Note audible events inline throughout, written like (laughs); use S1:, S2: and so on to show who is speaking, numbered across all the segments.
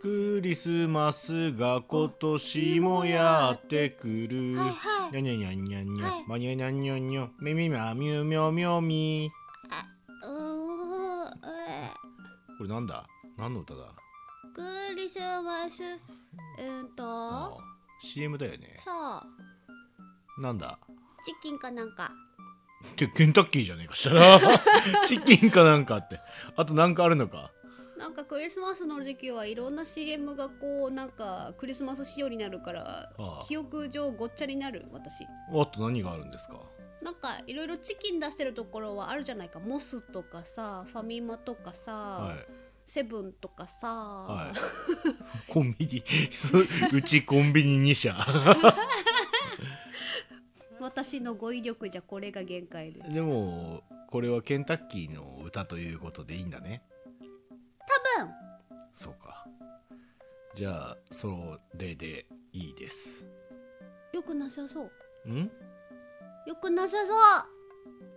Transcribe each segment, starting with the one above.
S1: クリスマスが今年もやってくる
S2: はいはい
S1: にゃにゃにゃにゃにゃ
S2: はい
S1: まにゃにゃにゃにゃみみみゃみゅみょみょみ
S2: うーえ
S1: これなんだ何の歌だ
S2: ークリスマスうん
S1: あ
S2: と
S1: あ CM だよね
S2: そう
S1: なんだ
S2: チキンかなんか
S1: ってケンタッキーじゃねえかした
S2: (laughs)
S1: らチキンかなんかってあとなんかあるのか
S3: なんかクリスマスの時期はいろんな CM がこうなんかクリスマス仕様になるから
S1: ああ
S3: 記憶上ごっちゃになる私
S1: あと何があるんですか
S3: なんかいろいろチキン出してるところはあるじゃないかモスとかさファミマとかさ、
S1: はい
S3: セブンとかさ、
S1: はい
S2: (laughs)
S1: コンビニ (laughs) そううちコンビニ2社
S3: 私の語彙力じゃこれが限界です
S1: (laughs) でもこれはケンタッキーの歌ということでいいんだね
S2: 多分
S1: そうかじゃあそれでいいです
S2: よくなさそうんよくなさそう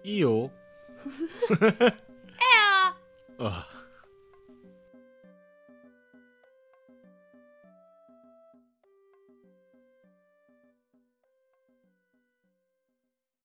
S1: いいよああ